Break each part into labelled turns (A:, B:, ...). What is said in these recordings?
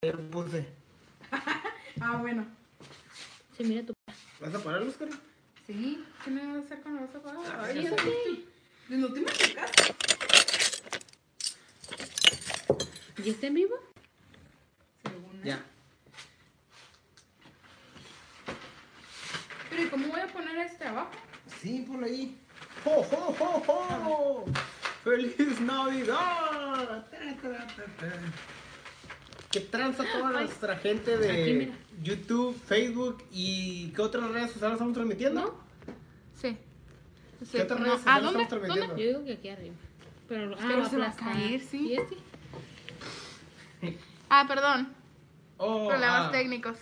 A: Yo puse.
B: Ah, bueno.
C: Se mira tu.
A: ¿Vas a pararlos, Oscar?
B: Sí, ¿qué me vas a hacer con los zapatos?
A: ya
B: Ay, yo
A: sé.
B: sí. Pues No te me tocas.
C: ¿Y está en vivo?
B: Según él.
A: Ya.
B: Pero ¿y cómo voy a poner este abajo?
A: Sí, por ahí. ¡Ho, ho, ho, ho! ¡Feliz Navidad! Ta, ta, ta, ta. ¿Qué tranza toda nuestra gente
C: Aquí,
A: de
C: mira.
A: YouTube, Facebook y qué otras redes sociales estamos transmitiendo?
B: Sí.
A: ¿Qué otras redes
B: ¿A
A: sociales
B: dónde?
A: estamos
B: ¿Dónde?
C: Yo
A: transmitiendo?
C: digo que aquí arriba. Pero, ah,
B: Pero
C: va
B: se va a
C: aplastar.
B: caer, sí.
C: ¿Y este?
B: Ah, perdón.
A: Oh,
B: Problemas
A: ah,
B: técnicos.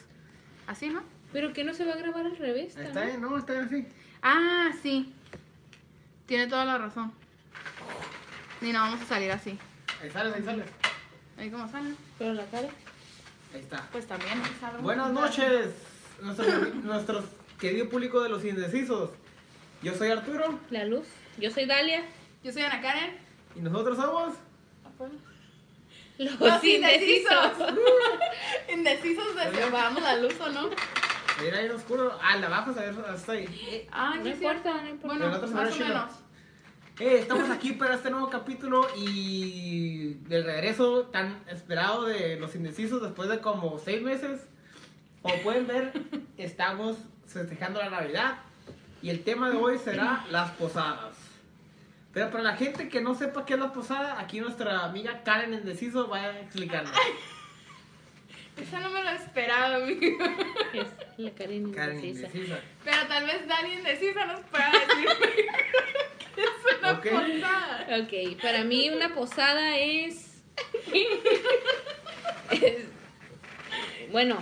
B: ¿Así, no?
C: ¿Pero que no se va a grabar al revés?
A: Está
C: también?
A: bien, no, está bien así.
B: Ah, sí. Tiene toda la razón. Ni no, vamos a salir así.
A: Ahí sales, ahí sales.
B: Ahí como sale.
C: Pero la cara.
A: Ahí está.
B: Pues también es algo.
A: Buenas noches, nuestro, nuestro querido público de los indecisos. Yo soy Arturo
C: La luz. Yo soy Dalia.
B: Yo soy Ana Karen.
A: y nosotros somos.
C: Los,
B: Los
C: indecisos.
B: indecisos. indecisos de si apagamos la luz o no.
A: Mira, ahí en oscuro. Ah, la bajas a ver hasta ahí.
B: Ah,
C: Eh, No
B: sí, sí.
C: importa, no importa.
B: Bueno,
A: El otro
B: más
A: se
B: o
A: ve chido.
B: menos.
A: Eh, estamos aquí para este nuevo capítulo y del regreso tan esperado de los indecisos después de como seis meses. Como pueden ver, estamos festejando la Navidad y el tema de hoy será las posadas. Pero para la gente que no sepa qué es la posada, aquí nuestra amiga Karen Indeciso va a explicarlo.
B: Esa no me lo esperaba, amigo.
C: Es la cara
A: Karen
C: indecisa.
A: Indecisa.
B: Pero tal vez Dani indecisa nos pueda decir que es una
A: Ok.
B: posada.
C: Ok, para mí una posada es... es- Bueno,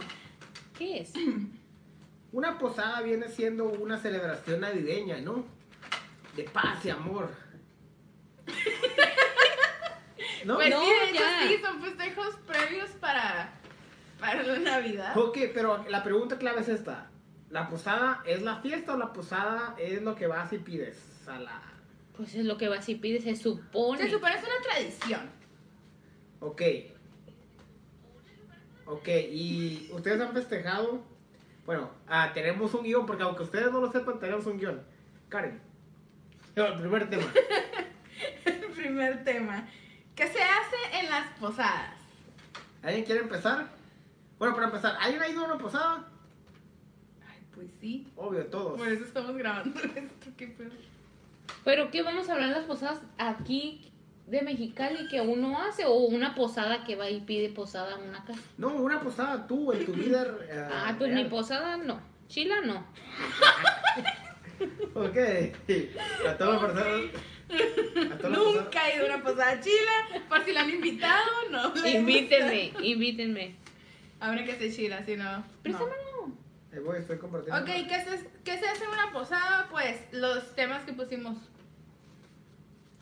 C: ¿qué es?
A: Una posada viene siendo una celebración navideña, ¿no? De paz y amor. ¿No?
B: Pues
C: No,
B: sí, de hecho
C: ya.
B: sí, son festejos previos para, para la Navidad.
A: Ok, pero la pregunta clave es esta. ¿La posada es la fiesta o la posada es lo que vas y pides a la...
C: Pues es lo que vas y pides, se supone.
B: Se supone es una tradición.
A: Ok. Ok, y ustedes han festejado... Bueno, ah, tenemos un guión, porque aunque ustedes no lo sepan, tenemos un guión. Karen. El primer tema.
B: El primer tema. ¿Qué se hace en las posadas?
A: ¿Alguien quiere empezar? Bueno, para empezar, ¿alguien ha ido a una posada?
B: Ay, pues sí.
A: Obvio, todos.
B: Por eso estamos grabando esto, qué pedo.
C: Pero ¿qué vamos a hablar de las posadas aquí de Mexicali que uno hace o una posada que va y pide posada a una casa?
A: No, una posada tú, en tu vida. eh,
C: Ah, pues mi
A: real.
C: posada no. Chila no.
A: Ok. A todas las personas. A todas las personas.
B: Nunca he ido a una posada a Chile. Por si la han invitado, no.
C: Invítenme, invítenme.
B: Ahora que se chila, si no. no.
C: Préstamelo.
A: Ahí voy, estoy compartiendo.
B: Ok, ¿qué se, ¿qué se hace en una posada? Pues los temas que pusimos.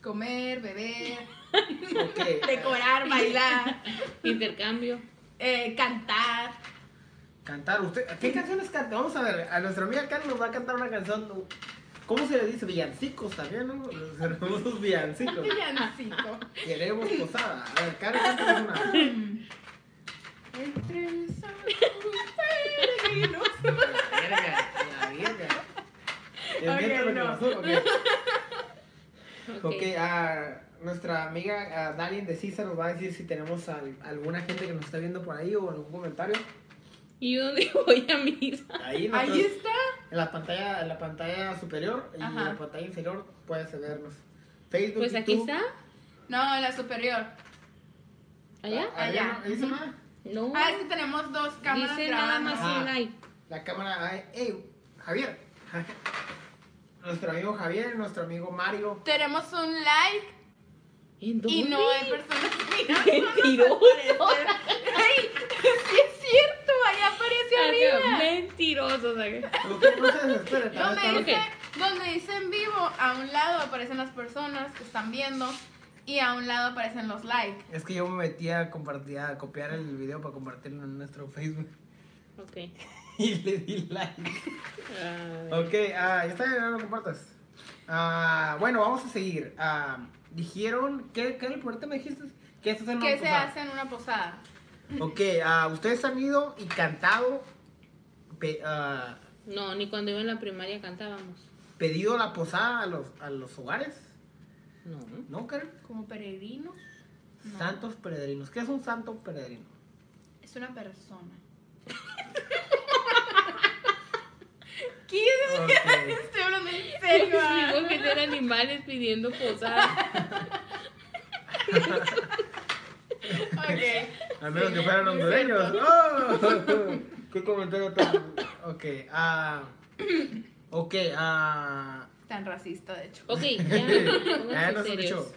B: Comer, beber,
A: Ok.
B: decorar, bailar,
C: Intercambio.
B: eh, cantar.
A: Cantar, usted. ¿Qué canciones canta? Vamos a ver, a nuestra amiga Karen nos va a cantar una canción. ¿Cómo se le dice? Villancicos también, ¿no? Los hermosos villancicos.
B: Villancico.
A: Queremos posada. A ver, Karen, canta una.
B: Entre mis ojos peregrinos.
A: La verga, la verga. El
B: Ok,
A: viento lo que
B: no.
A: pasó, ok.
C: Ok.
A: Ok, ah, nuestra amiga uh, Dani Indecisa nos va a decir si tenemos al- alguna gente que nos está viendo por ahí o algún comentario.
C: ¿Y yo dónde voy a misa?
A: Ahí,
B: Ahí
A: nosotros-
B: está.
A: en la pantalla, en la pantalla superior y en
B: Ajá.
A: la pantalla inferior puedes vernos. Facebook.
C: Pues aquí
A: YouTube.
C: está.
B: No, en la superior.
C: ¿Allá?
A: Ah, ya
B: Allá.
A: no- ahí se va.
C: No.
B: Ah, es que tenemos dos cámaras
C: Dice nada
B: grabando.
C: más
A: Ajá.
C: un like.
A: La cámara. ay, ey, Javier. Nuestro amigo Javier, nuestro amigo Mario.
B: Tenemos un like
C: ¿En
B: y
C: dónde?
B: no hay personas
C: Mentiroso.
B: Aparecer. ¡Ay! ¡Sí es cierto! Ahí aparece
C: Acá,
B: arriba.
C: Mentiroso. saca.
A: Ok, no se desespere, tal vez
B: Donde
A: estamos-
B: dice, donde dice en vivo, a un lado aparecen las personas que están viendo y a un lado aparecen los likes.
A: Es que yo me metí a compartir, a copiar el video para compartirlo en nuestro Facebook
C: Ok.
A: y le di like.
C: Ay.
A: Ok, ah, ya está, no lo compartas. Ah, bueno, vamos a seguir. Ah, dijeron, ¿qué, qué era el primer tema dijiste? ¿Qué se hace en una
B: ¿Qué se
A: posada?
B: hace en una posada?
A: Ok, ah, ustedes han ido y cantado, pe- ah,
C: No, ni cuando iba en la primaria cantábamos.
A: pedido la posada a los, a los hogares,
C: No.
A: ¿no, Karen?
B: Como peregrino. No.
A: Santos peregrinos. ¿Qué es un santo peregrino?
B: Es una persona. ¿Qué es?
A: Ok.
B: Estoy hablando en
C: Sí,
B: serio. ah.
C: voy a meter animales pidiendo posadas.
B: Ok.
A: A menos que fueran
B: no es
A: hondureños.
B: cierto.
A: ¡Oh! ¿Qué comentario tan.? Ok, ah. ok, ah.
B: Tan racista, de hecho.
C: Ok,
A: ya
C: ya. pónganse
A: nos han
C: serios.
A: dicho.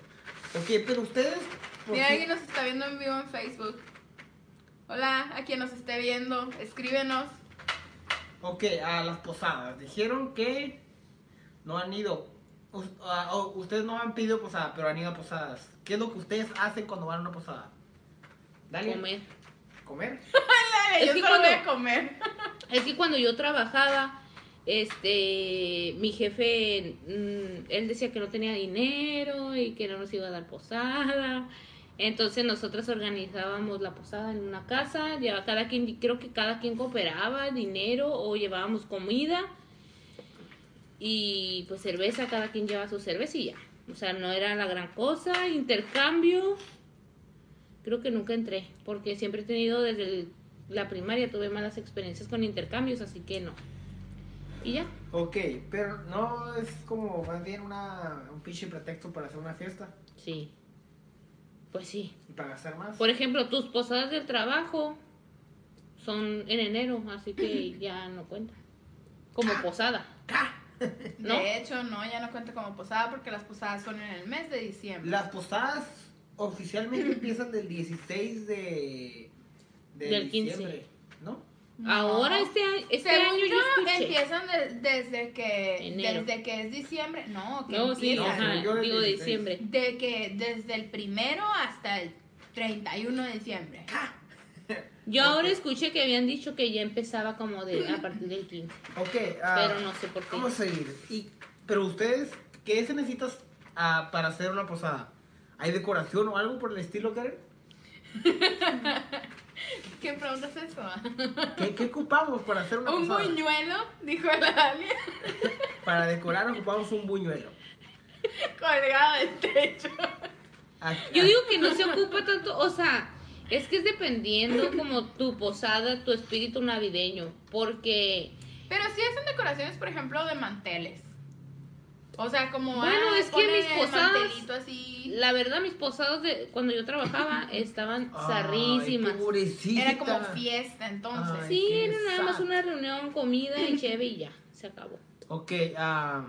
A: Ok, pero ustedes. ¿por
B: Mira,
A: qué?
B: alguien nos está viendo en vivo en Facebook. Hola, a quien nos esté viendo, escríbenos.
A: Ok, a las posadas. Dijeron que no han ido. Us- ah, oh, ustedes no han pedido posada, pero han ido a posadas. ¿Qué es lo que ustedes hacen cuando van a una posada? Dale.
C: Comer.
A: ¿Comer?
B: Dale,
C: Es
B: yo
C: que
B: solo voy a comer.
C: Es que cuando yo trabajaba, este, mi jefe, mm, él decía que no tenía dinero y que no nos iba a dar posada. Entonces nosotros organizábamos la posada en una casa, llevaba cada quien, creo que cada quien cooperaba dinero o llevábamos comida y pues cerveza, cada quien llevaba su cerveza y ya. O sea, no era la gran cosa, intercambio. Creo que nunca entré, porque siempre he tenido desde el- la primaria, tuve malas experiencias con intercambios, así que no. Y ya,
A: Ok, pero no es como más bien una, un pinche pretexto para hacer una fiesta
C: sí. Pues sí.
A: y para gastar más.
C: Por ejemplo, tus posadas del trabajo son en enero, así que ya no cuenta. Como posada. ¿No?
B: De hecho, no, ya no cuenta como posada porque las posadas son en el mes de diciembre.
A: Las posadas oficialmente empiezan del 16 de, de
C: Del 15.
A: diciembre, ¿no?
B: No.
C: Ahora este, a- este
B: Según
C: año yo
B: yo,
C: escuché.
B: empiezan de- desde que
C: Enero.
B: desde que es diciembre, no, que
C: No, sí,
A: No,
B: empiezan
C: ajá,
A: yo el
C: digo de
A: 16.
C: diciembre.
B: de que desde el primero hasta el 31 de diciembre.
C: Yo ahora escuché que habían dicho que ya empezaba como de a partir del 15,
A: Ok, ah,
C: pero no sé por qué.
A: vamos a ir. Y, pero ustedes, ¿qué se necesitas ah, para hacer una posada? ¿Hay decoración o algo por el estilo, Karen?
B: ¿Qué preguntas eso?
A: ¿Qué, qué ocupamos para hacer una
B: Un
A: posada?
B: buñuelo, dijo la Dali,
A: Para decorar ocupamos un buñuelo.
B: colgado del techo.
A: Ah,
C: Yo digo que no se ocupa tanto, o sea, es que es dependiendo como tu posada, tu espíritu navideño, porque
B: Pero sí hacen decoraciones, por ejemplo, de manteles. O sea, como ah,
C: Bueno, es que
B: ponen
C: mis
B: el
C: posadas-
B: mantelito así.
C: la verdad mis posadas de cuando yo trabajaba estaban
A: ay,
C: zarrísimas.
A: pobrecita.
B: Era como fiesta entonces.
A: Ay.
C: Sí,
A: qué
C: era nada más
A: sad.
C: una reunión, comida y cheve y ya, se acabó.
A: Ok, ah,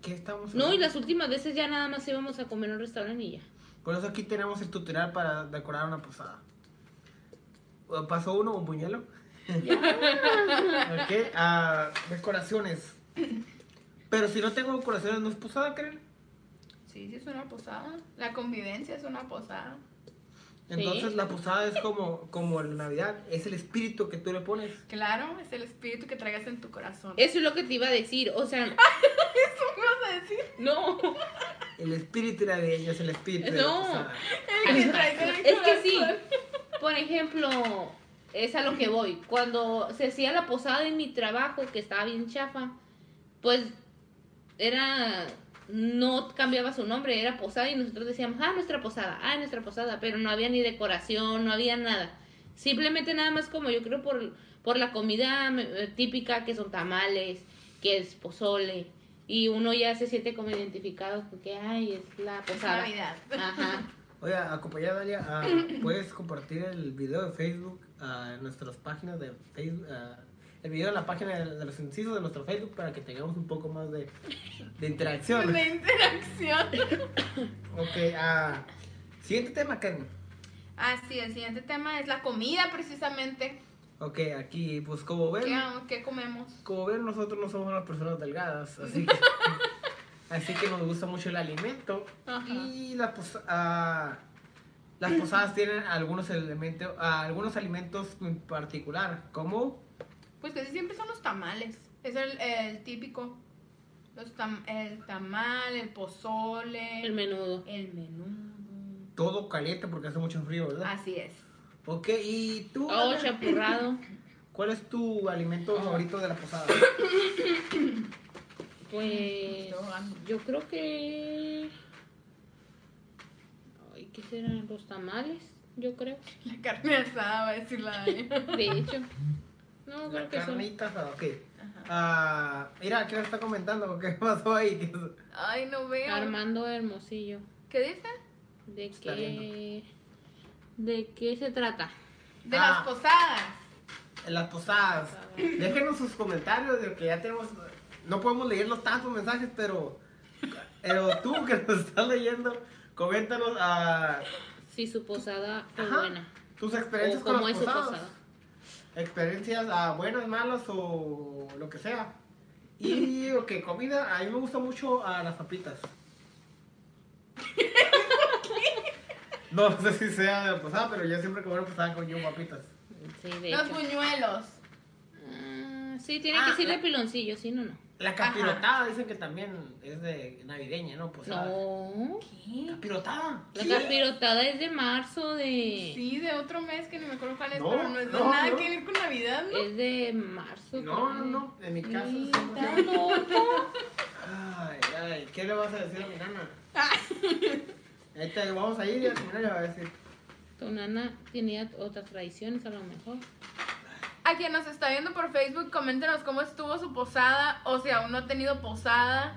A: ¿qué estamos
C: No, y
A: hablando?
C: las últimas veces ya nada más íbamos a comer a un restaurante y ya.
A: Por eso aquí tenemos el tutorial para decorar una posada. Uh, Paso uno, un buñuelo. ok, ah, decoraciones. Pero si no tengo decoraciones, ¿no es posada, Karen?
B: Sí, sí es una posada. La convivencia es una posada.
A: Entonces
C: Sí.
A: la posada es como, como la Navidad, es el espíritu que tú le pones.
B: Claro, es el espíritu que traigas en tu corazón.
C: Eso es lo que te iba a decir, o sea,
B: ¿Eso me vas a decir?
C: no.
A: El espíritu navideño es el espíritu de la
C: No.
A: posada.
B: El que traigas en el
C: Es que sí,
B: corazón.
C: por ejemplo, es a lo que voy. Cuando se hacía la posada en mi trabajo, que estaba bien chafa, pues era. No cambiaba su nombre, era posada y nosotros decíamos, ah, nuestra posada, ah, nuestra posada, pero no había ni decoración, no había nada. Simplemente nada más como yo creo por, por la comida eh, típica que son tamales, que es pozole, y uno ya se siente como identificado con que, ay, es la posada.
B: Navidad.
C: Ajá.
A: Oye, acompañada Dalia, ah, puedes compartir el video de Facebook ah, en nuestras páginas de Facebook. ah, el video de la página de, de los incisos de nuestro Facebook para que tengamos un poco más de, de interacción.
B: De interacción.
A: Ok, ah, siguiente tema, Karen.
B: Así, el siguiente tema es la comida, precisamente.
A: Ok, aquí, pues como ven,
B: ¿Qué, hago? ¿Qué comemos?
A: como ven, nosotros no somos unas personas delgadas, así que, así que nos gusta mucho el alimento.
B: Ajá.
A: Y la pos- ah, las posadas tienen algunos, elementos, ah, algunos alimentos en particular, como...
B: Pues casi siempre son los tamales. Es el, el típico. Los tam- el tamal, el pozole,
C: El menudo.
B: el menudo.
A: todo caliente porque hace mucho frío, ¿verdad?
B: Así es.
A: Ok, ¿y tú?
C: Ah. Oh,
A: Ana?
C: chapurrado.
A: ¿Cuál es tu alimento favorito de la posada?
C: Pues
B: Estoy ahogando.
C: yo creo que... Ay, ¿qué serán? Los tamales, yo creo.
B: La carne asada va a decir la Dani.
C: De hecho. No,
A: La
C: creo que son...
A: carnita asada, ok.
B: Ajá.
A: Ah, mira, ¿qué le está comentando? ¿Qué pasó ahí?
B: Ay, no veo.
C: Armando Hermosillo.
B: ¿Qué dice?
C: ¿De
A: Está
C: qué, ¿De qué se trata?
B: De
A: Ah.
B: las posadas.
A: En las posadas. Déjenos sus comentarios, de que ya tenemos. No podemos leer los tantos mensajes, pero. Pero tú que nos estás leyendo, coméntanos ah,
C: Si su posada fue
A: Ajá.
C: buena.
A: tus experiencias
C: o
A: con
C: cómo
A: las
C: es su
A: posadas.
C: posada.
A: Experiencias ah, buenas, malas o lo que sea. Y, ok, comida. A mí me gusta mucho a las papitas. No sé si sea de la posada, pero yo siempre como una posada con yo papitas.
C: Sí, de
B: Los
C: hecho.
B: buñuelos.
C: Ah, sí, tiene
A: Ah,
C: que ser de
A: la-
C: piloncillo, sí, no, no.
A: La capirotada dicen que también es de navideña, ¿no? Posada.
C: No.
B: ¿Qué?
A: ¿Capirotada?
C: La capirotada es de marzo, de.
B: Sí, de otro mes que ni me acuerdo cuál es,
A: No,
B: pero no es de
A: no,
B: nada
A: no.
B: que ver con Navidad, ¿no?
C: Es de marzo.
A: No, no, no. En mi casa. sí,
C: creo.
A: no
C: Está
A: sé.
C: loco.
A: Ay, ay. ¿Qué le vas a decir a mi nana? Ahí te vamos a ir y al final le va a decir.
C: Tu nana tenía otras tradiciones, a lo mejor.
B: A quien nos está viendo por Facebook, coméntenos cómo estuvo su posada o si aún no ha tenido posada.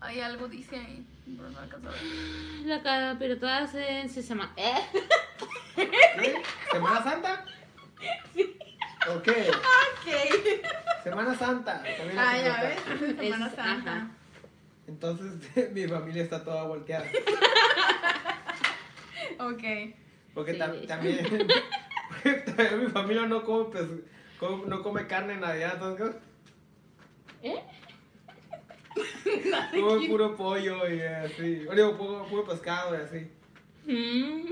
B: Hay algo dice ahí, pero no alcanzo a ver.
C: La capirotada se, se llama. ¿Eh?
A: ¿Qué? ¿Semana Santa? Sí. ¿O qué? Semana Santa. también la
B: Ah, ya
A: capirotada.
B: ves, es de Semana
C: Es-
B: Santa.
C: ajá.
A: Entonces mi familia está toda volteada.
B: Ok.
A: Porque
C: Sí,
A: tam-
C: de hecho.
A: también, porque también mi familia no come, pues, com- no come carne en Navidad, entonces
C: ¿Eh?
A: come puro pollo y así. O digo, puro, puro pescado y así.
C: Mm,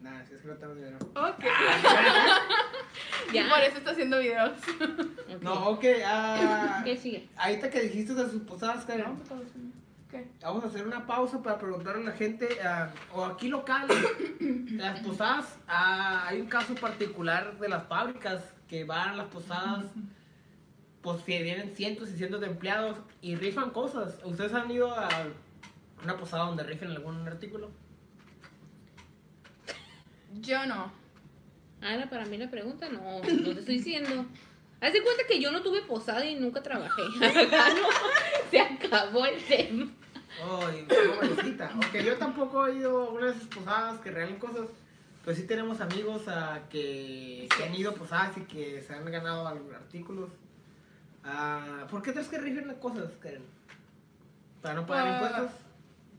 A: Nah, si es que no estamos dinero.
B: Ok.
C: Ya.
B: Y por eso está haciendo videos.
C: ok.
A: No, ok, ah.
C: ¿Qué sigue?
A: Ahorita que dijiste de sus posadas, Karen,
B: pues, ¿Qué?
A: vamos a hacer una pausa para preguntarle a la gente, ah, o aquí local, las posadas, ah, hay un caso particular de las fábricas que van a las posadas, pues que vienen cientos y cientos de empleados y rifan cosas. ¿Ustedes han ido a una posada donde rifen algún artículo?
B: Yo no.
C: Ah, era para mí la pregunta. No, no te estoy diciendo. Haz de cuenta que yo no tuve posada y nunca trabajé. Ah, no, se acabó el tema.
A: Ay, qué pobrecita. Aunque yo tampoco he ido a una de esas posadas que regalan cosas, pues sí tenemos amigos ah, que, que han ido a posadas y que se han ganado algunos artículos. Ah, ¿Por qué crees que rigen las cosas, Karen? ¿Para no pagar
B: Ah.
A: impuestos?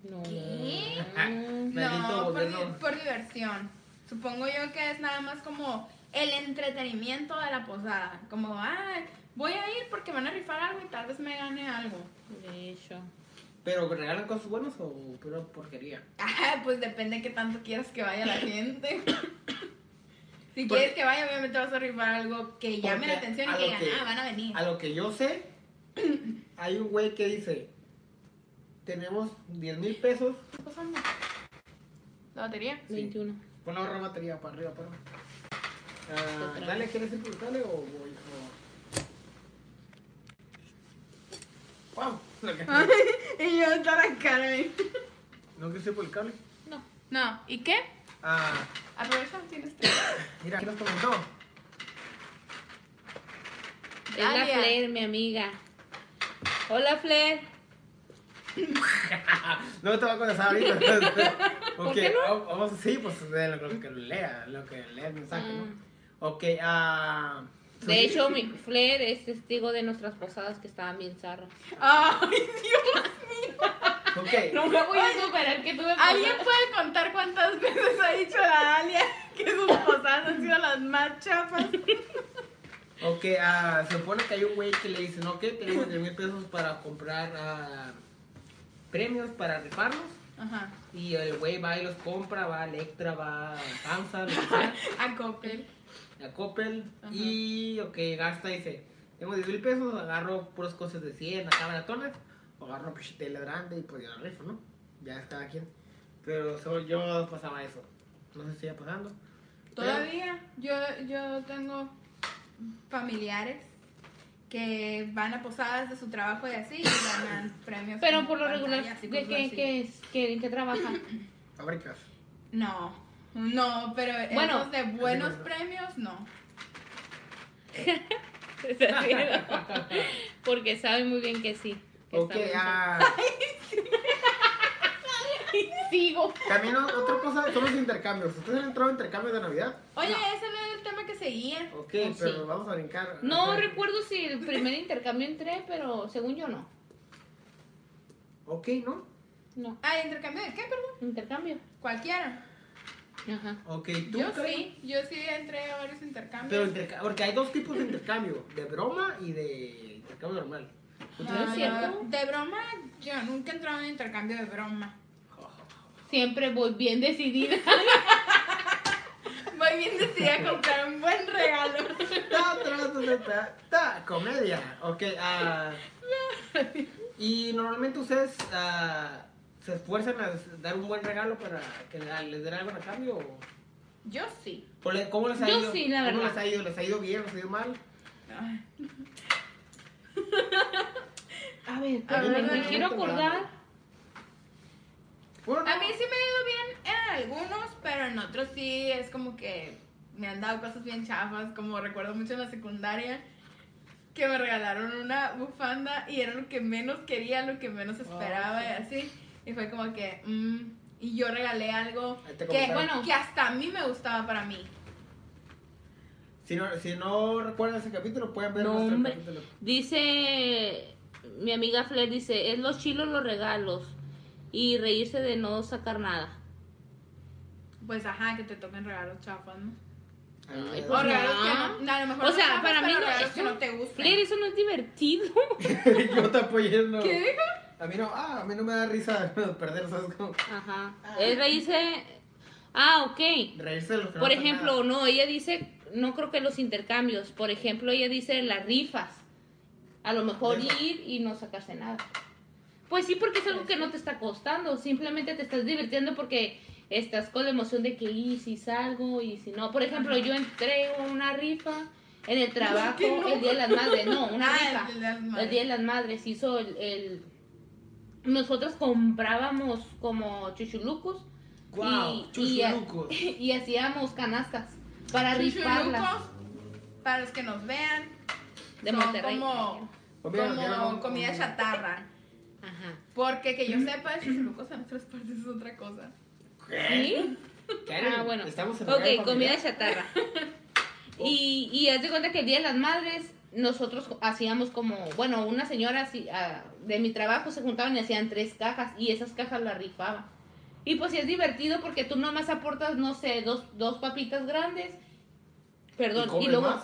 C: No.
B: ¿Qué?
A: Ah. Maldito
B: No, por,
A: gobierno.
B: di- por diversión. Supongo yo que es nada más como el entretenimiento de la posada. Como, ay, voy a ir porque van a rifar algo y tal vez me gane algo.
C: De hecho.
A: ¿Pero regalan cosas buenas o pura porquería?
B: Ah, pues depende qué tanto quieras que vaya la gente. si
A: Porque-
B: quieres que vaya, obviamente vas a rifar algo que llame la
A: Porque
B: atención
A: a
B: y que
A: lo
B: digan,
A: que-
B: ah, van a venir.
A: A lo que yo sé, hay un güey que dice, tenemos 10 mil pesos,
B: ¿Qué pasó, amor? Pues, ¿La batería?
A: Sí.
C: 21.
A: pon la ahorra batería para arriba, para Ah,
C: Otra
A: dale,
C: vez.
A: ¿quieres impulsarle o voy? O... ¡Wow! La que-
B: y yo está la cara ahí.
A: No quise por el cable.
C: No.
B: No, ¿y qué?
A: Ah,
B: Aprovecha, tienes tres.
A: mira, ¿qué nos comentó?
C: Es la
B: Dalia.
C: Flair, mi amiga. Hola, Flair.
A: No te va a contestar ahorita.
C: ¿Por
A: ok,
C: qué
A: va- vamos, sí, pues de lo, lo que lea, lo que lea el mensaje, ¿no? Ok, ah...
C: Mm. De hecho, mi Flair es testigo de nuestras posadas que estaban bien zarras.
B: Ay,
A: Ok,
C: Nunca voy a superar que tuve
B: ¿Alguien puede contar cuántas veces ha dicho la Dalia que sus posadas han sido las más chapas?
A: ok, ah, se supone que hay un güey que le dice, no, que tenemos 10 mil pesos para comprar ah, premios para rifarlos.
B: Ajá.
A: Y el güey va y los compra, va a Electra, va a Panza, lo que sea,
B: A Coppel.
A: a Coppel.
B: Ajá.
A: Y, ok, gasta y dice, tengo 10 mil pesos, agarro puras cosas de 100, acá baratones, o agarro una pichitela grande y pues ya la rifo, ¿no? Ya es cada quien. Pero so- yo pasaba eso. No sé si sigue pasando.
B: Todavía yo, yo tengo familiares que van a posadas de su trabajo y así y ganan premios.
C: Pero
B: como
C: por lo
B: pantallas
C: regular,
B: y
C: ¿de
B: cosas
C: qué,
B: así.
C: qué es? ¿Qué- ¿En qué trabaja?
A: Fábricas.
B: No, no, pero
C: Bueno.
B: esos de buenos
A: Así como-
B: premios, no.
C: Se está riendo. Porque sabe muy bien que sí. que
A: Ok,
C: está muy
A: ah,
C: bien. Sigo.
A: también o- otra cosa son los intercambios. ¿Ustedes han entrado a intercambios de Navidad?
B: Oye, ese no era el tema que seguía.
A: Ok,
C: Oh,
A: pero
C: sí.
A: vamos a brincar.
C: No
A: Ajá.
C: recuerdo si el primer intercambio entré, pero según yo no.
A: Ok, ¿no?
C: No,
B: Ah, intercambio de qué, perdón?
C: intercambio.
B: Cualquiera.
C: Ajá.
A: Ok, tú.
B: Yo
A: Karen?
B: sí, yo sí entré a varios intercambios.
A: Pero interca- porque hay dos tipos de intercambio, de broma y de intercambio normal.
C: ¿No es
B: Ah,
C: cierto?
B: De broma, yo nunca he entrado a un intercambio de broma.
C: Siempre voy bien decidida.
B: Voy bien decidida a comprar un buen regalo.
A: Ta, tra, ta, ta, ta, ta, comedia. Ok, ah. y normalmente ustedes ah, se esfuerzan a dar un buen regalo para que la- les den algo a cambio. ¿O,
B: Yo sí.
A: o le- ¿Cómo les ha
C: Yo
A: ido?
C: sí, la
A: ¿Cómo
C: verdad.
A: les ha ido? ¿Les ha ido bien? ¿Les ha ido mal?
B: Ay,
C: A ver,
B: A
C: espérame,
B: ver,
C: me
B: a ver.
C: quiero acordar.
A: Bueno,
B: A mí sí me ha ido bien en algunos, pero en otros sí es como que me han dado cosas bien chafas, como recuerdo mucho en la secundaria que me regalaron una bufanda y era lo que menos quería, lo que menos
A: Ah,
B: esperaba y así. Y fue como que, mm, y yo regalé algo
A: Ahí te
B: que,
A: comentaron.
B: bueno, que hasta a mí me gustaba para mí.
A: si, no, si no recuerdan ese capítulo, pueden ver
C: No,
A: nuestro
C: hombre.
A: capítulo.
C: Dice mi amiga Flair, dice, es los chilos los regalos y reírse de no sacar nada.
B: Pues ajá, que te toquen regalos chafas, ¿no?
C: Ay,
B: O
C: pues,
B: regalos que
C: no.
B: no, a lo mejor
C: O
B: no
C: sea,
B: chafas,
C: para mí
B: pero
C: no,
B: regalos
C: eso-
B: que no te gustan.
C: Flair, eso no es divertido.
A: Yo te apoyé. No.
B: ¿Qué dijo?
A: A mí no, ah, a mí no me da risa perder, ¿sabes? Como
C: Ajá. Es reírse... Ah, ok.
A: reírse de los que no
C: Por
A: hacen
C: ejemplo, no, ella dice, no creo que los intercambios, por ejemplo, ella dice las rifas. A lo mejor
A: Rifa.
C: ir y no sacarse nada. Pues sí, porque es algo que no te está costando, simplemente te estás divirtiendo porque estás con la emoción de que y si salgo y si no. Por ejemplo, yo entrego una rifa en el trabajo
B: que no.
C: el Día de las Madres, no, una
B: Ah,
C: rifa.
B: el de las
C: El
B: madres.
C: Día de las Madres hizo el, el- Nosotros comprábamos como chuchulucos
A: Guau,
C: y, y-
A: chuchulucos.
C: y hacíamos canastas para rifarlas
B: Chuchulucos, para los que nos vean,
C: de
B: son
C: Monterrey.
B: como,
A: Oh, mira,
B: como
A: mira, un-
B: comida
A: un-
B: chatarra.
C: Ajá.
B: Porque que yo sepa, el chuchulucos en otras partes es otra cosa.
C: ¿Sí?
A: Karen,
C: ah, bueno.
A: Estamos en
C: ok,
A: horario familiar.
C: comida chatarra. y, y haz de cuenta que el Día de las Madres nosotros hacíamos como, bueno, una señora así, ah, de mi trabajo se juntaban y hacían tres cajas y esas cajas las rifaban. Y pues sí es divertido porque tú nomás aportas, no sé, dos, dos papitas grandes. Perdón, y,
A: comes
C: luego...
A: más.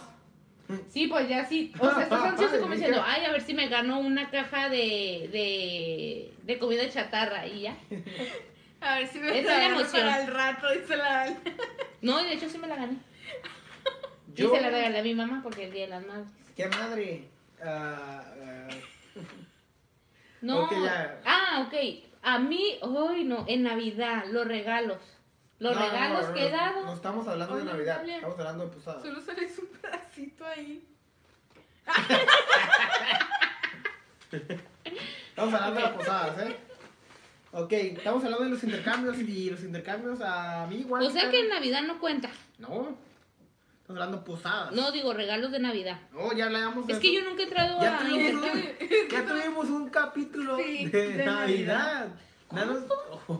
C: Sí, pues ya sí. O sea, estás ansioso como diciendo, ay, a ver si me gano una caja de, de, de comida chatarra y ya.
B: A ver si me
C: Esa es la
B: traen
C: emoción.
B: para el rato, dice la
C: No, y de hecho sí me la gané.
A: Yo,
C: Y se la regalé a mi mamá porque el día de las madres.
A: qué madre. Ah, ah,
C: No.
A: Ok, ya.
C: Ah, ok. A mí, hoy no, en Navidad, los regalos. Los
A: no, no,
C: regalos
A: no, no,
C: que he dado.
A: No estamos hablando de
B: Oye,
A: Navidad,
B: Natalia.
A: estamos hablando de posada.
B: Solo sale un pedacito ahí.
A: Estamos hablando de las posadas, ¿eh? Ok, estamos hablando de los intercambios y los intercambios a mí igual.
C: O sea que en Navidad no cuenta.
A: No, estamos hablando de posadas.
C: No, digo regalos de Navidad.
A: No, ya hablábamos de
C: Es que yo
A: eso.
C: nunca he entrado
A: Ya
C: a
A: tuvimos,
C: intercambio.
A: un, ya tuvimos un capítulo
B: Sí,
A: de,
B: de
A: Navidad. Danos-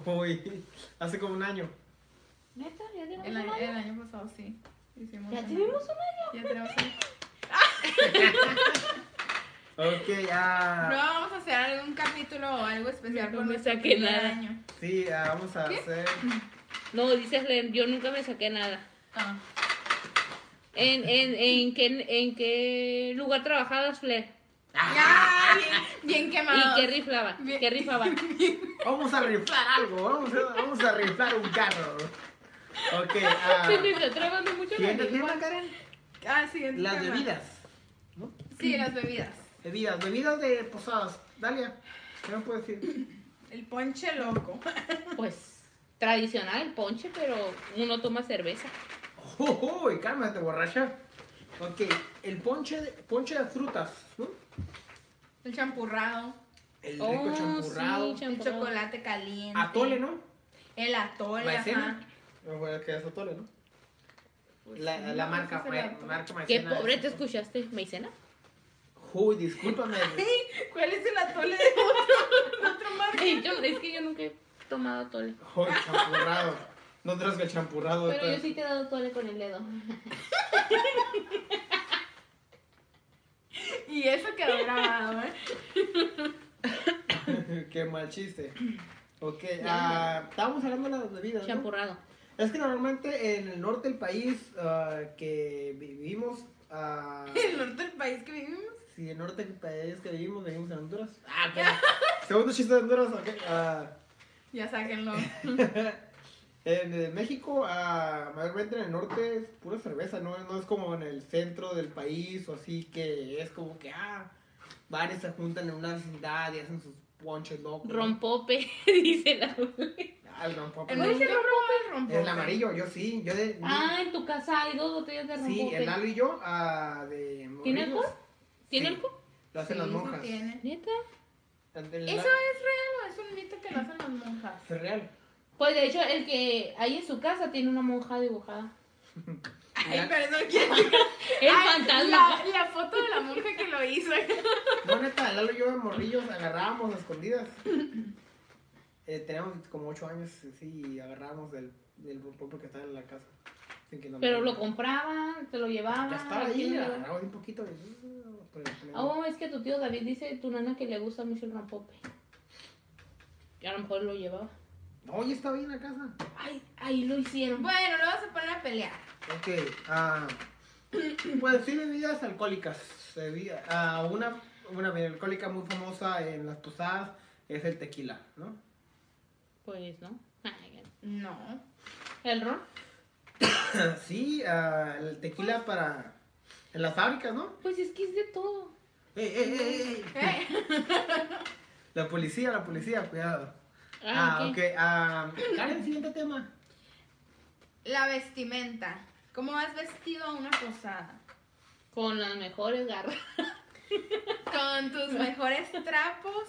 A: Uy, hace como un año.
C: Neta, ya tenemos
B: El
C: un
B: año,
C: año.
B: el año pasado sí. Hicimos
C: Ya
B: una-
C: tuvimos un año.
B: Ya tenemos un-
A: Ok, ya.
B: Pero vamos a hacer algún capítulo o algo especial
C: No
B: con
C: me
B: nuestro
C: saqué
B: primer
C: nada.
B: año.
A: Sí, ah, vamos a
B: ¿Qué?
A: hacer.
C: No, dices Len, yo nunca me saqué nada.
B: Ah.
C: ¿En, en, en, qué, ¿En qué lugar trabajabas, Flair?
A: Ah.
B: Ya, bien, bien
C: ¿Y
B: quemado.
C: qué riflaba?
B: Bien.
C: ¿Qué rifaba?
A: Vamos a riflar algo, vamos a, vamos a riflar un carro. Ok, ah,
C: Se me está trabando mucho la
A: ¿quién es
C: lengua.
A: tema, Karen?
B: Ah, siguiente
A: Las
B: tema.
A: bebidas. ¿no?
B: Sí, las bebidas.
A: Bebidas, bebidas de posadas. Dalia, ¿qué me puedes decir?
B: El ponche loco.
C: Pues, tradicional el ponche, pero uno toma cerveza.
A: Uy, cálmate, borracha. Ok, el ponche de, ponche de frutas, ¿no?
B: El champurrado,
A: El rico
C: Oh,
A: champurrado.
C: sí,
B: el
C: Champurrado.
B: chocolate caliente.
A: atole, ¿no?
B: El atole,
A: Maicena.
B: ajá.
A: No me acuerdo que es atole, ¿no?
B: Pues
A: La,
B: sí,
A: la
B: no,
A: marca,
B: ese es el
A: ma-
B: atole.
A: marca
C: Qué
A: maicena.
C: pobre, ¿te escuchaste? ¿Maicena?
A: Uy, discúlpame.
B: ¿Cuál es el atole de otro, de otro marca?
C: Ey, yo- es que yo nunca he tomado tole.
A: Uy, champurrado. No traes que el champurrado.
C: Pero yo
A: pues.
C: sí te he dado tole con el dedo.
B: Y eso quedó grabado, ¿eh?
A: Qué mal chiste. Ok,
C: Ya.
A: ah, estábamos hablando de las bebidas. ¿no?
C: Champurrado.
A: Es que normalmente en el norte del país ah, que vivimos. ah,
B: El norte del país que vivimos.
A: si el norte del país que vivimos, vivimos en Honduras. Ah, claro. Segundo chiste de Honduras, ok. ah,
B: Ya sáquenlo.
A: En eh, México, ah, mayormente en el norte es pura cerveza, ¿no? No es como en el centro del país o así que es como que, ah, bares se juntan en una vecindad y hacen sus ponches locos. ¿no?
C: Rompope, dice la
A: Ah, el rompope.
B: ¿El
A: ¿no?
B: nombre rompe
A: El amarillo, yo sí. Yo de,
C: Ah, en tu casa hay dos botellas de rompope.
A: sí, el Lalo y yo, ah, de
C: ¿Tiene
A: morrillos,
C: alcohol? ¿Tiene
A: Sí.
C: alcohol?
A: Lo hacen las monjas.
B: Tiene.
C: ¿Neta?
A: El del
B: ¿Eso es
A: Lalo-
B: real o es un mito que lo hacen las monjas?
A: Es real.
C: Pues de hecho, el que hay en su casa tiene una monja dibujada.
B: Ay, perdón, ¿quién
C: El
B: Ay,
C: fantasma.
B: La, la foto de la monja que lo hizo.
A: No, neta, Lalo y yo de morrillos agarrábamos a escondidas. Eh, teníamos como 8 años, sí, y agarrábamos del, del rompope que estaba en la casa. sin que nos
C: Pero
A: vieran.
C: lo compraban, te lo llevaban.
A: Ya estaba
C: ¿a quién
A: ahí,
C: le
A: la
C: daban?
A: agarraba un poquito. y- pero-
C: Oh, es que tu tío David dice tu nana que le gusta mucho el rompope. Y a lo mejor lo llevaba.
A: No, ya estaba ahí en la casa.
C: Ay, ahí lo hicieron.
B: Bueno, lo vas a poner a pelear.
A: Ok, ah. Pues sí, bebidas alcohólicas. Bebida- ah, una, una bebida alcohólica muy famosa en las posadas es el tequila, ¿no?
C: Pues no. Ay,
B: No.
C: El ron.
A: sí, ah, el tequila para. en las fábricas, ¿no?
C: Pues es que es de todo.
A: ¡Ey, ey, ey, ey!
B: ¿Eh?
A: La policía, la policía, cuidado.
C: Ah, ok.
A: Ah, Karen, siguiente tema.
B: La vestimenta. ¿Cómo vas vestido a una posada?
C: Con las mejores garras.
B: Con tus mejores trapos.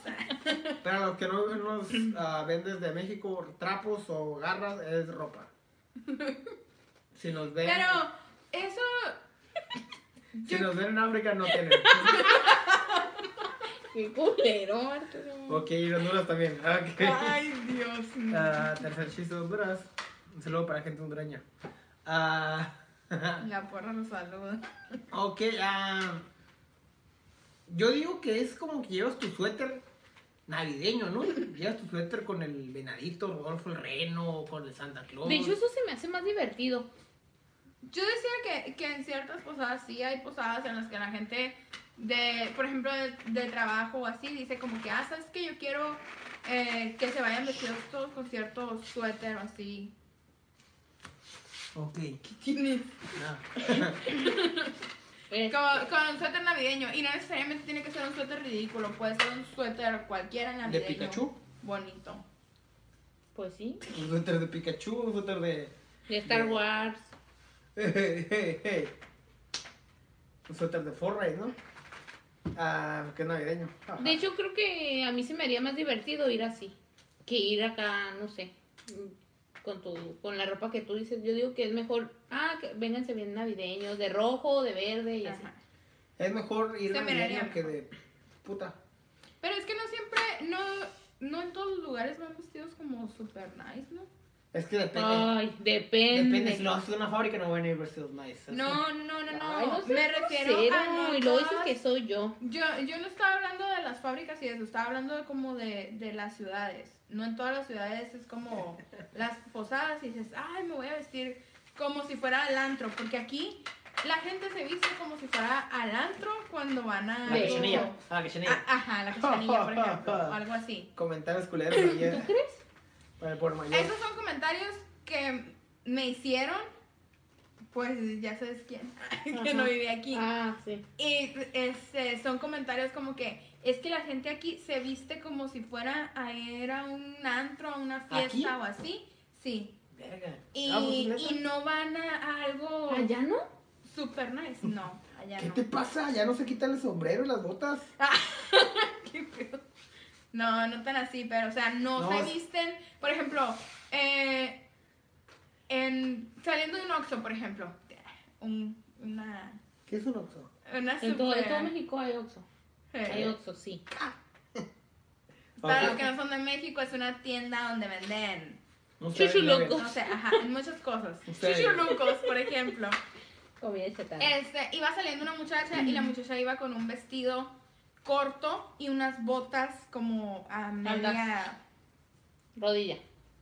A: Para los que no nos ah, ven desde México, trapos o garras es ropa. Si nos ven,
B: Pero eso
A: si nos ven en África no tienen.
C: Qué culero, Arturo.
A: ok, y en Honduras también. ah, ok.
C: Ah.
B: Ay, Dios mío.
A: Ah, tercer chiste de Honduras. Un saludo para gente hondureña. Ah,
B: La porra nos saluda.
A: ok, ah, yo digo que es como que llevas tu suéter navideño, ¿no? Llevas tu suéter con el venadito, Rodolfo el Reno, con el Santa Claus.
C: De hecho, eso se me hace más divertido.
B: Yo decía que, que en ciertas posadas sí hay posadas en las que la gente de, por ejemplo, de, de trabajo o así, dice como que, ah, sabes que yo quiero eh, que se vayan vestidos todos con cierto suéter o así.
A: Ok, ah.
C: Eh,
B: Como- con un suéter navideño. Y no necesariamente tiene que ser un suéter ridículo, puede ser un suéter cualquiera
A: ¿De
B: navideño.
A: Pikachu?
B: Bonito.
C: pues sí.
A: Un suéter de Pikachu, un suéter de.
C: De Star Wars.
A: Un suéter de Fortnite, ¿no? Ah, que es navideño. Ajá.
C: De hecho, creo que a mí se me haría más divertido ir así. Que ir acá, no sé. mm, Con, tu, con la ropa que tú dices. Yo digo que es mejor. Ah, que vénganse bien navideños. De rojo, de verde y así.
B: Ajá.
A: Es mejor ir
B: Se miraría
A: navideño que
B: mejor.
A: de puta.
B: Pero es que no siempre, no, no en todos los lugares van vestidos como super nice, ¿no?
A: Es que depende.
C: Ay, depende.
A: depende, si lo haces en una fábrica no van a ir vestidos nice.
B: No, no, no, no.
C: Ay, no seas
B: Me refiero a
C: grosero, Y luego dices
B: notas-
C: que soy yo.
B: Yo, yo no estaba hablando de las fábricas y eso, estaba hablando de como de, de las ciudades. No en todas las ciudades es como las posadas y dices, ay, me voy a vestir como si fuera al antro, porque aquí la gente se viste como si fuera al antro cuando van a...
A: La
C: De-
A: cachanilla. La
B: Ah,
A: cachanilla.
B: ajá, la cachanilla, por ejemplo, o algo así.
A: Comentarios culeros ayer.
C: ¿Tú crees?
A: Para el por mayor.
B: Esos son comentarios que me hicieron, pues ya sabes quién, que no
C: Ajá.
B: vive aquí.
C: Ah, sí.
B: Y este, son comentarios como que es que la gente aquí se viste como si fuera a ir a un antro, a una fiesta
A: ¿Aquí?
B: o así. Sí.
A: Verga.
B: Y,
A: Ah, pues, neta.
B: y no van a, a algo
C: ¿Allá no?
B: super nice. No, allá
A: ¿Qué
B: no.
A: te pasa? Ya no se quitan el sombrero y las botas.
B: Qué pedo. No, no tan así, pero, o sea, no,
A: No,
B: se
A: es-
B: visten. Por ejemplo, eh, en, saliendo de un Oxxo, por ejemplo, un- una,
A: ¿Qué es un oxo?
B: una
C: En todo, en
B: super-
C: todo México hay Oxxo.
B: eh,
C: Hay Oxxo, sí.
B: Para los que no son de México, es una tienda donde venden,
C: Chuchuluco.
B: no sé, ajá, muchas cosas.
A: Ustedes.
B: Chuchulucos, por ejemplo.
C: Comida chatarra.
B: Este, iba saliendo una muchacha y la muchacha iba con un vestido corto y unas botas como a media...
C: Rodilla.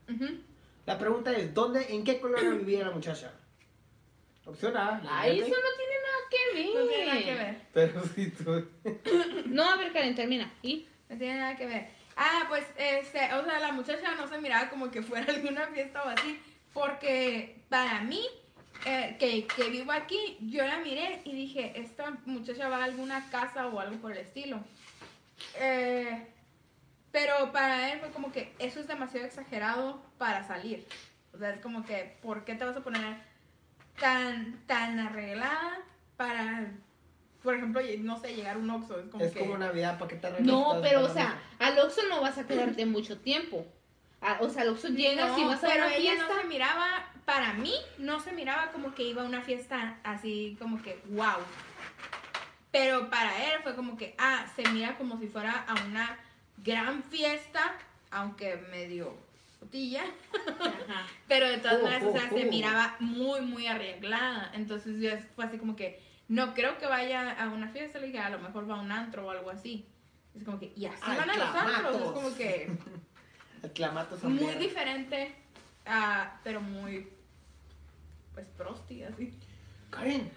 B: Ujú.
A: La pregunta es, ¿dónde, en qué colonia vivía la muchacha? Opción A. la
C: Ay,
A: verde,
C: eso no tiene nada que ver.
B: No tiene nada que ver.
A: Pero si tú...
C: No, a ver, Karen, termina. ¿Y?
B: No tiene nada que ver. Ah, pues, este, o sea, la muchacha no se miraba como que fuera alguna fiesta o así, porque para mí, eh, que, que vivo aquí, yo la miré y dije, esta muchacha va a alguna casa o algo por el estilo. Eh, pero para él fue como que eso es demasiado exagerado para salir. O sea, es como que, ¿por qué te vas a poner tan, tan arreglada para, por ejemplo, no sé, llegar a un Oxxo? Es como
A: Es
B: que...
A: como Navidad, ¿para qué te arreglas?
C: No,
A: Estás
C: pero, o
A: para la
C: sea, al Oxxo no vas a quedarte mucho tiempo. A- o sea, al Oxxo llegas
B: No,
C: y vas a
B: pero
C: una
B: ella
C: fiesta.
B: no se miraba, para mí, no se miraba como que iba a una fiesta así como que wow. Pero para él fue como que, ah, se mira como si fuera a una gran fiesta, aunque medio potilla.
C: Ajá.
B: Pero de todas
A: ¿Cómo,
B: maneras, o
A: cómo,
B: sea, se
A: cómo?
B: miraba muy, muy arreglada. Entonces yo fue así como que, no creo que vaya a una fiesta, le dije, a lo mejor va a un antro o algo así. Es como que, y así
A: Ay,
B: van a los antros. Es
A: clamatos.
B: como que
A: El clamato es
B: muy
A: ambiente.
B: diferente, ah, pero muy pues prosti así.
A: Karen,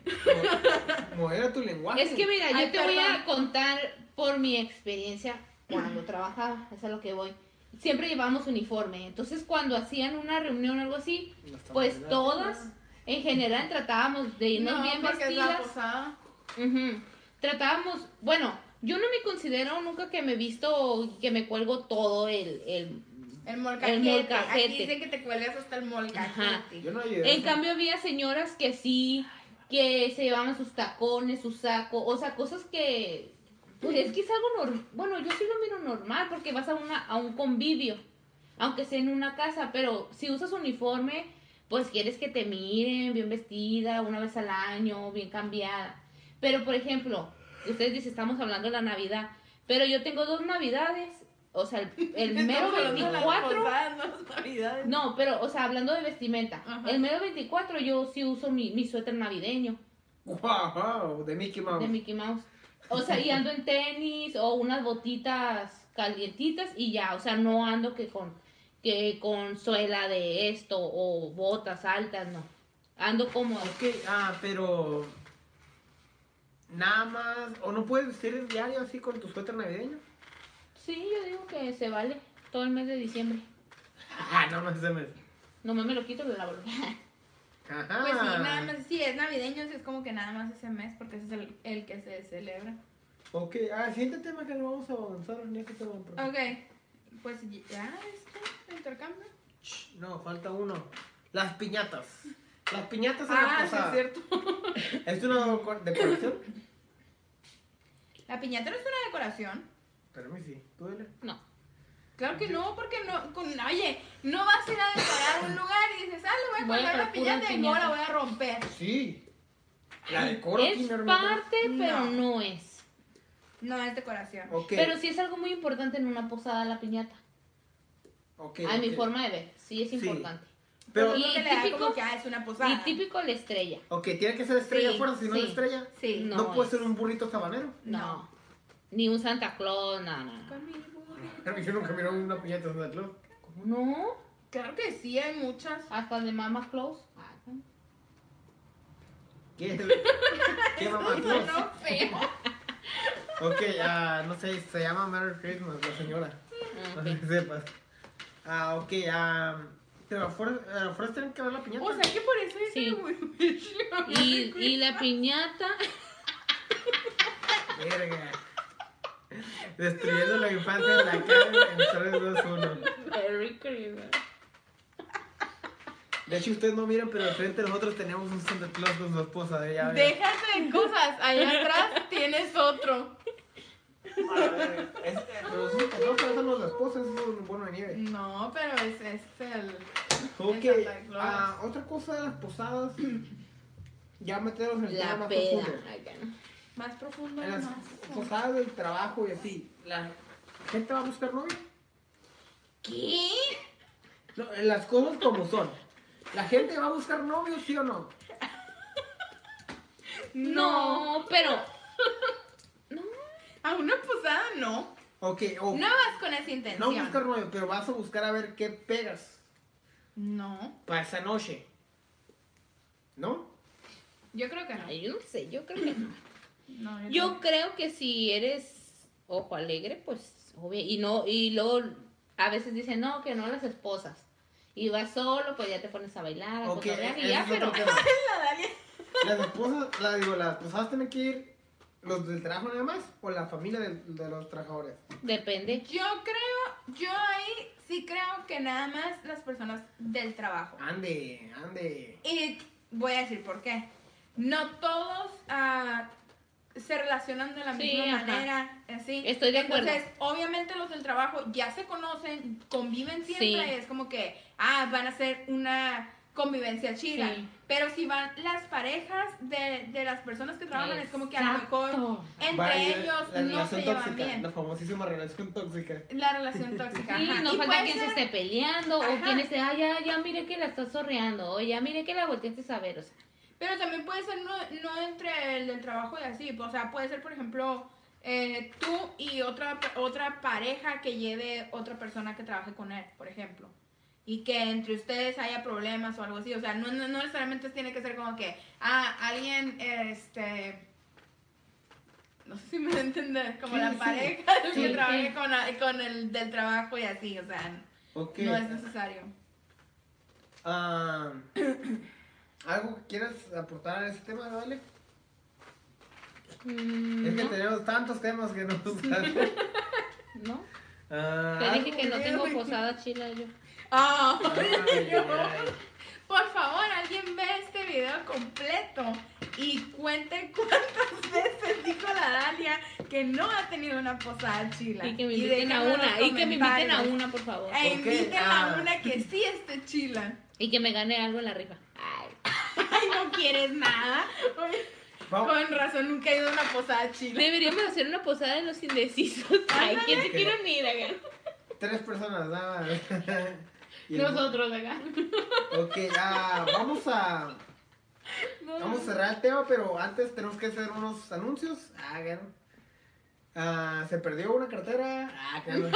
A: mo- modera tu lenguaje.
C: Es que mira, yo
B: Ay,
C: te voy a
B: perdón.
C: contar por mi experiencia cuando trabajaba, es a lo que voy. Siempre llevábamos uniforme, entonces cuando hacían una reunión o algo así,
A: No está
C: pues
A: mal,
C: todas en general tratábamos de irnos bien vestidas.
B: posada.
C: Ujú. Tratábamos, bueno, yo no me considero nunca que me he visto, que me cuelgo todo el... el-
B: El molcajete.
C: El molcajete.
B: Aquí dicen que te cuelgas hasta el
C: Ajá.
B: molcajete.
A: Yo no ayudé.
C: En cambio había señoras que sí, que se llevaban sus tacones, su saco, o sea, cosas que... Pues es que es algo normal, bueno, yo sí lo miro normal porque vas a, una, a un convivio, aunque sea en una casa, pero si usas uniforme, pues quieres que te miren bien vestida una vez al año, bien cambiada. Pero, por ejemplo, ustedes dicen, estamos hablando de la Navidad, pero yo tengo dos Navidades, o sea, el, el mero
B: Estamos hablando de las
C: 24...
B: posadas, no las navidades.
C: No, pero, o sea, hablando de vestimenta,
B: Ajá.
C: el medio 24 yo sí uso mi, mi suéter navideño
A: Wow, de Mickey Mouse.
C: de Mickey Mouse. O sea, y ando en tenis o unas botitas calientitas y ya, o sea, no ando que con, que con suela de esto o botas altas, no. Ando como...
A: Ok, ah, pero... Nada más... ¿O no puedes vestir el diario así con tu suéter navideño?
C: Sí, yo digo que se vale todo el mes de diciembre.
A: Ah, no, no ese mes.
C: Nomás me lo quito y lo lavo.
A: Ajá.
B: Pues sí,
C: Ah.
B: nada más, sí, es navideño, sí, es como que nada más ese mes, porque ese es el, el que se celebra.
A: Ok, ah, siguiente tema que lo vamos a avanzar en este tema. por favor.
B: Ok, pues ya, este, intercambio.
A: Ch, No, falta uno. Las piñatas. Las piñatas en la
B: Ah, sí, es
A: posada.
B: cierto.
A: ¿Es una decoración?
B: La piñata no es una decoración.
A: Pero a mí sí, tú dile.
C: No.
B: Claro que no, porque no, con- oye, no vas a ir a decorar un lugar y dices, ah, le voy a
C: Voy a
B: colgar una
C: comprar pura
B: piñata y luego la
C: piñata.
B: voy a romper.
A: Sí. La decoro
C: Es parte, pero
B: No.
C: no es.
B: No es decoración.
A: Ok.
C: Pero sí es algo muy importante en una posada la piñata.
A: ok,
C: a mi
A: ok.
C: forma de ver, sí es
A: Sí.
C: importante.
A: Pero,
B: Porque
C: Y
B: es lo que le da
C: típico-
B: como que ah, es una posada.
C: Y típico la estrella.
A: ok, tiene que ser estrella
C: Sí,
A: fuera, si no es
C: sí.
A: estrella.
B: Sí.
A: No,
C: No
A: puede
C: es.
A: ser un burrito sabanero.
C: No. Ni un Santa Claus, nada, nada.
B: Con mi burrito.
A: Pero yo nunca miré una piñata de Santa Claus.
C: No,
B: Claro que sí, hay muchas.
C: hasta de Mama Claus.
A: ¿Qué? ¿Qué mamá Claus?
B: No, feo.
A: Ok, ah, no sé, se llama Merry Christmas la señora. No sé
C: Ok.
A: que sepas. Ah, ok, ah. Pero afuera, ah, afuera tienen que ver la piñata.
B: O sea que por eso dice
C: Sí.
B: muy mucho.
C: Y, y la piñata,
A: Verga. Destruyendo la infancia de la cara en 3, 2, 1.
C: Merry Christmas.
A: De hecho, ustedes no miran, pero de frente nosotros tenemos un Santa Claus con su esposa. ¿eh? De ella,
B: Déjate de cosas, allá atrás tienes otro.
A: Pero Santa Claus para eso no es la esposa, es un bono de nieve.
B: No, pero es, es el.
A: Ok,
B: Es Santa Claus.
A: ah, otra cosa de las posadas, ya meteros en el tema
C: La
A: más
C: peda.
A: profundo.
C: Ay, ya.
B: Más profundo,
A: En las
B: más.
A: posadas del trabajo y así, ¿la gente va a buscar novio?
B: ¿Qué?
A: No, en las cosas como son. ¿La gente va a buscar novio, sí o no?
C: No, pero
B: A una posada no.
A: Ok, o
B: No vas con esa
A: no
B: intención.
A: buscar novio, pero vas a buscar a ver qué pegas
B: No.
A: para esa noche. ¿No?
B: Yo creo que no.
C: ay, yo no sé, yo creo que no.
B: No,
C: Yo creo que si eres ojo alegre, pues obvio, y no y luego a veces dicen, "No, que no las esposas." Y vas solo, pues ya te pones a bailar, a
A: Ok,
C: cotorrear y
A: ese
C: ya,
A: es
C: pero
A: otro tema. Las esposas, la, digo, las posadas tienen que ir los del trabajo nada más o la familia del- de, los trabajadores.
C: depende.
B: Yo creo, yo ahí sí creo que nada más las personas del trabajo.
A: Ande, ande.
B: Y voy a decir por qué. No todos ah, se relacionan de la
C: Sí,
B: misma
C: ajá.
B: manera. Así.
C: Estoy de acuerdo.
B: Entonces, obviamente los del trabajo ya se conocen, conviven siempre.
C: Sí.
B: y es como que, ah, van a ser una convivencia chida.
C: Sí.
B: Pero si van las parejas de, de las personas que trabajan, es como que a lo mejor
C: Exacto.
B: entre
A: Vaya,
B: ellos
A: la
B: no se
A: relación
B: llevan
A: tóxica,
B: bien.
A: la famosísima relación tóxica.
B: La relación tóxica.
C: Sí,
B: ajá.
C: no
B: Y
C: falta
B: puede
C: quien
B: ser-
C: se esté peleando o
B: Ajá.
C: quien esté, ah, ya, ya, mire que la está zorreando, o ya, mire que la volteaste a ver, o sea.
B: Pero también puede ser no, no entre el del trabajo y así. O sea, puede ser, por ejemplo, eh, tú y otra, otra pareja que lleve otra persona que trabaje con él, por ejemplo. Y que entre ustedes haya problemas o algo así. O sea, no, no, no necesariamente tiene que ser como que, ah, alguien, este... No sé si me voy a entender, como
A: Sí,
B: la
A: sí.
B: pareja del
C: Sí,
B: que
C: sí.
B: trabaje con, a- con el del trabajo y así, o sea,
A: Ok.
B: no es necesario.
A: Ah, ¿Algo que quieras aportar a ese tema, Vale?
C: Mm,
A: Es que
C: no,
A: tenemos tantos temas que nos
C: no.
A: Ah,
C: Te dije
A: algo-
C: que no tengo
B: Ay,
C: posada chila yo.
B: Ah.
A: Ay,
B: yo-
A: ay.
B: Por favor, alguien ve este video completo y cuente cuántas veces dijo la Dalia que no ha tenido una posada en chila.
C: Y que me inviten a
B: déjenlo en los
C: una, y que me inviten a
B: comentarios.
C: una, por favor.
B: E
A: Ok,
B: inviten
A: ah.
B: a una que sí esté chila.
C: Y que me gane algo en la rifa. Ay.
B: Ay, no quieres nada.
A: Vamos-
B: Con razón, nunca he ido a una posada chila.
C: Deberíamos hacer una posada de los indecisos. Ay, ¿quién se
A: Ándale.
C: quiere unir acá?
A: Tres personas, nada más. Y el-
C: Nosotros acá.
A: Ok, ah, vamos a
B: No,
A: vamos a cerrar el tema, pero antes tenemos que hacer unos anuncios. Ah, claro. Ah, se perdió una cartera. Ah, claro.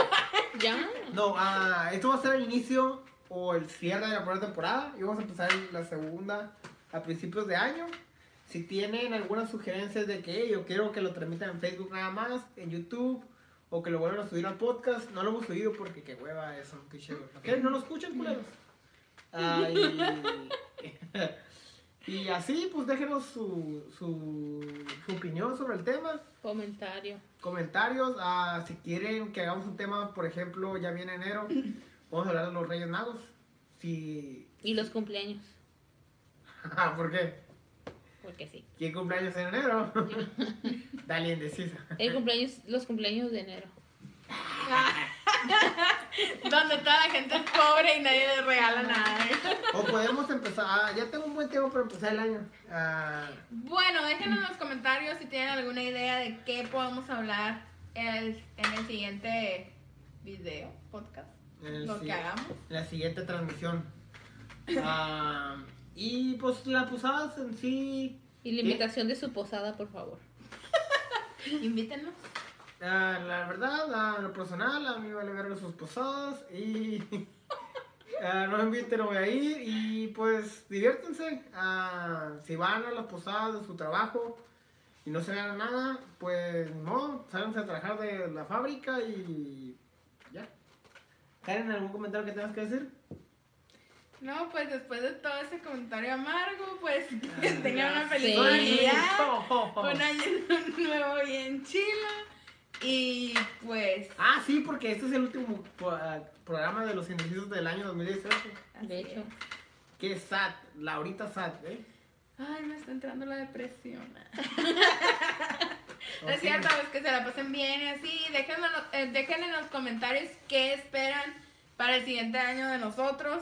C: ¿Ya?
A: No, ah, esto va a ser el inicio o el cierre de la primera temporada y vamos a empezar la segunda a principios de año. Si tienen algunas sugerencias de que "Hey, yo quiero que lo transmitan en Facebook nada más, en YouTube o que lo vuelvan a subir al podcast, no lo hemos subido porque qué hueva eso, qué chévere. ¿Ok? No lo escuchan, culeros. Ah, y, y así, pues déjenos su, su, su opinión sobre el tema
C: Comentario.
A: comentarios. ah, si quieren que hagamos un tema, por ejemplo, ya viene enero, vamos a hablar de los Reyes Magos. Si.
C: Y los cumpleaños.
A: Ah, ¿Por qué?
C: Porque sí.
A: ¿Quién cumpleaños en enero? Dale indecisa.
C: El cumpleaños, los cumpleaños de enero.
B: Donde toda la gente es pobre y nadie le regala nada.
A: O podemos empezar. ah, ya tengo un buen tiempo para empezar el año. Ah,
B: Bueno, déjenos en los comentarios si tienen alguna idea de qué podemos hablar el- en el siguiente video, podcast,
A: en el
B: lo
A: si-
B: que hagamos.
A: la siguiente transmisión. Ah, y pues la posada en sí.
C: Y la
A: ¿Sí?
C: invitación de su posada, por favor.
B: Invítenos.
A: Ah, la verdad, a lo personal, a mí vale verga sus posadas y ah, no me inviten, no voy a ir y pues diviértanse. Ah, si van a las posadas de su trabajo y no se ganan nada, pues no, sálganse a trabajar de la fábrica y ya. Karen, ¿algún comentario que tengas que decir?
B: No, pues después de todo ese comentario amargo, pues que
A: Ah,
B: tengan una feliz
C: sí.
B: Navidad,
A: Ho, ho, ho.
B: un año nuevo bien chilo y pues
A: Ah, sí, porque este es el último ah, programa de los indecisos del año 2018.
B: así
C: de hecho.
B: es.
A: Qué sad, la ahorita sad, ¿eh?
B: Ay, me está entrando la depresión. No
A: Ok.
B: es cierto, pues que se la pasen bien y así. Déjenlo, eh, dejen en los comentarios qué esperan para el siguiente año de nosotros.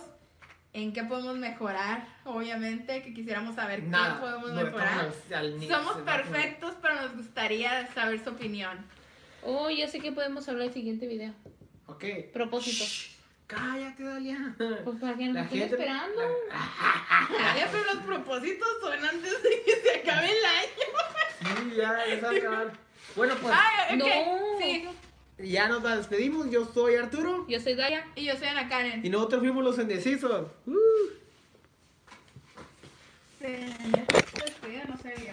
B: En qué podemos mejorar, obviamente, que quisiéramos saber
A: Nada.
B: qué podemos
A: no estamos
B: mejorar.
A: al- al nivel,
B: Somos
A: se va a poner.
B: perfectos, pero nos gustaría saber su opinión.
C: Oh, ya sé que podemos hablar el siguiente video.
A: Ok.
C: Propósito.
A: Shh, cállate, Dalia. Ah,
C: Pues para que nos estén esperando.
B: Ay, pero los propósitos son antes de que se acabe el año.
A: Sí, ya, ya se va a acabar. Bueno, pues
B: Ay, ok.
C: No.
B: Sí.
A: ya nos despedimos. Yo soy Arturo.
C: Yo soy Daya.
B: Y yo soy Ana Karen.
A: Y nosotros fuimos los indecisos. Uh.
B: Sí, no sé, yo.